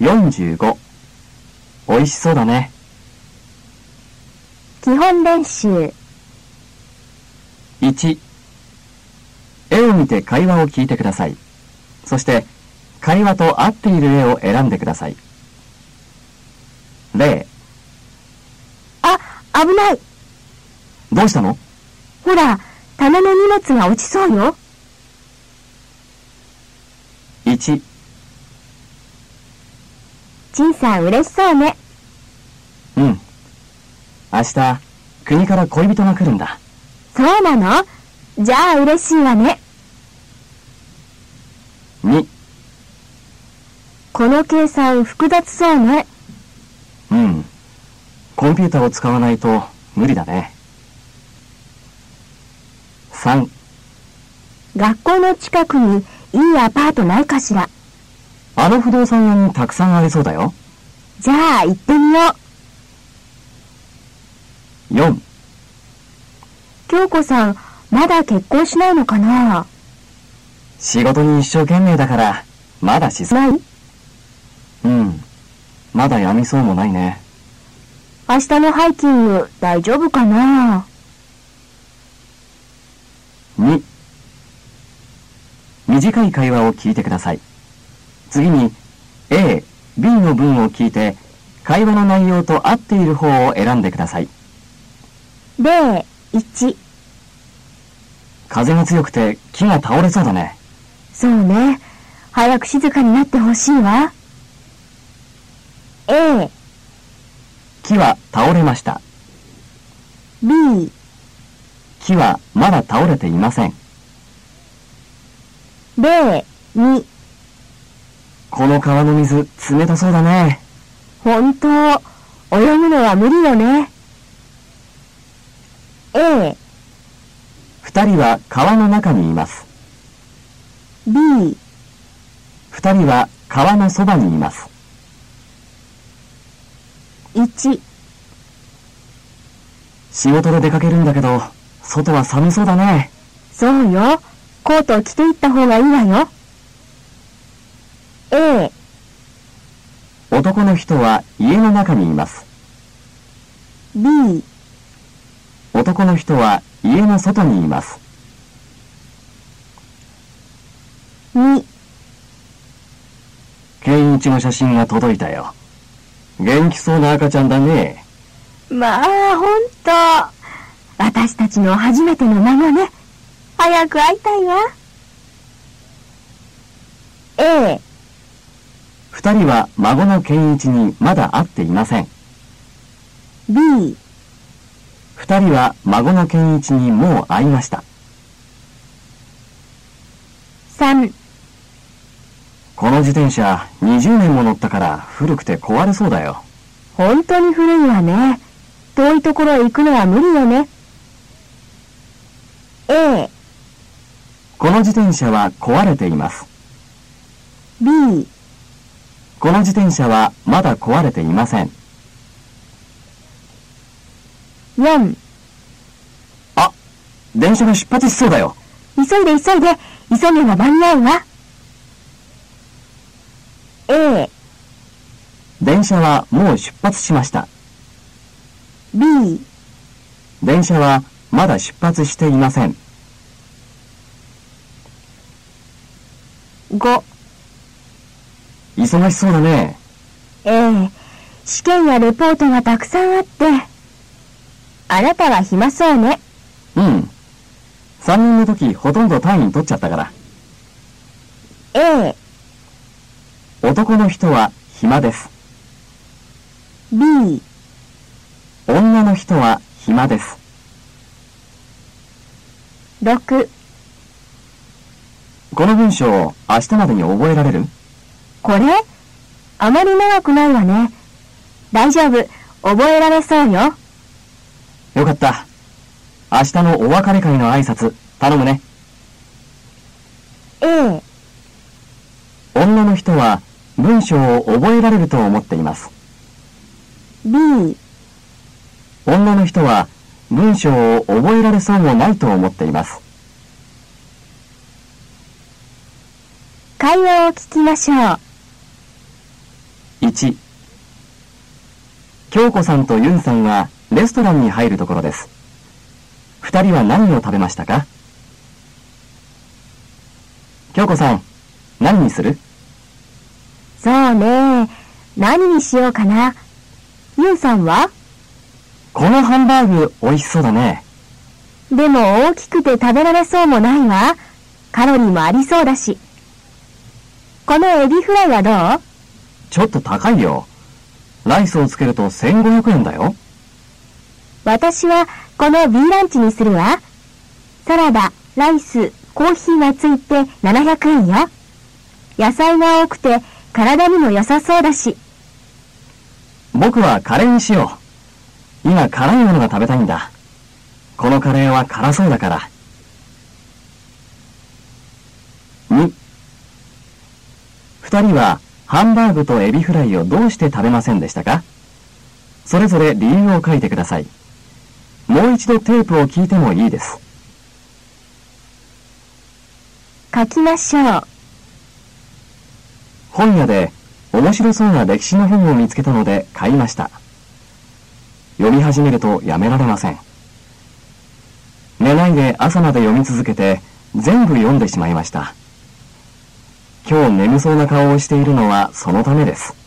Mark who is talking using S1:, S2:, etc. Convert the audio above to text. S1: 45美味しそうだね
S2: 基本練習
S1: 1絵を見て会話を聞いてくださいそして会話と合っている絵を選んでください0
S2: あ危ない
S1: どうしたの
S2: ほら棚の荷物が落ちそうよ
S1: 1
S2: 陳さん嬉しそうね
S1: うん明日国から恋人が来るんだ
S2: そうなのじゃあ嬉しいわね
S1: 2
S2: この計算複雑そうね
S1: うんコンピューターを使わないと無理だね3
S2: 学校の近くにいいアパートないかしら
S1: あの不動産屋にたくさんありそうだよ
S2: じゃあ行ってみよう
S1: 4
S2: 京子さんまだ結婚しないのかな
S1: 仕事に一生懸命だからまだしそ
S2: ない
S1: うんまだやみそうもないね
S2: 明日のハイキング大丈夫かな
S1: 2短い会話を聞いてください次に A、B の文を聞いて会話の内容と合っている方を選んでください
S2: 0、1。
S1: 風が強くて木が倒れそうだね
S2: そうね。早く静かになってほしいわ。A、
S1: 木は倒れました
S2: B、
S1: 木はまだ倒れていません
S2: 0、2。
S1: この川の水冷たそうだね
S2: 本当、泳ぐのは無理よね。A、
S1: 二人は川の中にいます
S2: B、
S1: 二人は川のそばにいます
S2: 1。
S1: 仕事で出かけるんだけど外は寒そうだね
S2: そうよ。コートを着ていった方がいいわよ。A、
S1: 男の人は家の中にいます。
S2: B、
S1: 男の人は家の外にいます。
S2: 2。
S1: ケンイチの写真が届いたよ。元気そうな赤ちゃんだね。
S2: まあ、ほんと。私たちの初めての孫ね。早く会いたいわ。A、
S1: 二人は孫のケンイチにまだ会っていません。
S2: B、
S1: 二人は孫のケンイチにもう会いました。
S2: 3。
S1: この自転車20年も乗ったから古くて壊れそうだよ。
S2: 本当に古いわね。遠いところへ行くのは無理よね。A、
S1: この自転車は壊れています。
S2: B、
S1: この自転車はまだ壊れていません。
S2: 4。
S1: 電車が出発しそうだよ。
S2: 急いで急いで、急げば間に合うわ。A、
S1: 電車はもう出発しました。
S2: B、
S1: 電車はまだ出発していません。
S2: 5。
S1: 忙しそうだね。
S2: ええ、試験やレポートがたくさんあって。あなたは暇そうね。
S1: うん。3人の時ほとんど単位取っちゃったから。
S2: A、
S1: 男の人は暇です。
S2: B、
S1: 女の人は暇です。
S2: 6。
S1: この文章を明日までに覚えられる
S2: これあまり長くないわね。大丈夫。覚えられそうよ。
S1: よかった。明日のお別れ会の挨拶頼むね。
S2: A、
S1: 女の人は文章を覚えられると思っています。
S2: B、
S1: 女の人は文章を覚えられそうもないと思っています。
S2: 会話を聞きましょう。
S1: 1京子さんとユンさんがレストランに入るところです2人は何を食べましたか京子さん何にする
S2: そうね。何にしようかな。ユンさんは
S1: このハンバーグ美味しそうだね
S2: でも大きくて食べられそうもないわ。カロリーもありそうだし。このエビフライはどう
S1: ちょっと高いよライスをつけると1500円だよ
S2: 私はこの B ランチにするわ。サラダ、ライス、コーヒーがついて700円よ。野菜が多くて体にも良さそうだし。
S1: 僕はカレーにしよう今辛いものが食べたいんだこのカレーは辛そうだから2二人はハンバーグとエビフライをどうして食べませんでしたかそれぞれ理由を書いてくださいもう一度テープを聞いてもいいです
S2: 書きましょう。
S1: 本屋で面白そうな歴史の本を見つけたので買いました読み始めるとやめられません寝ないで朝まで読み続けて全部読んでしまいました今日眠そうな顔をしているのはそのためです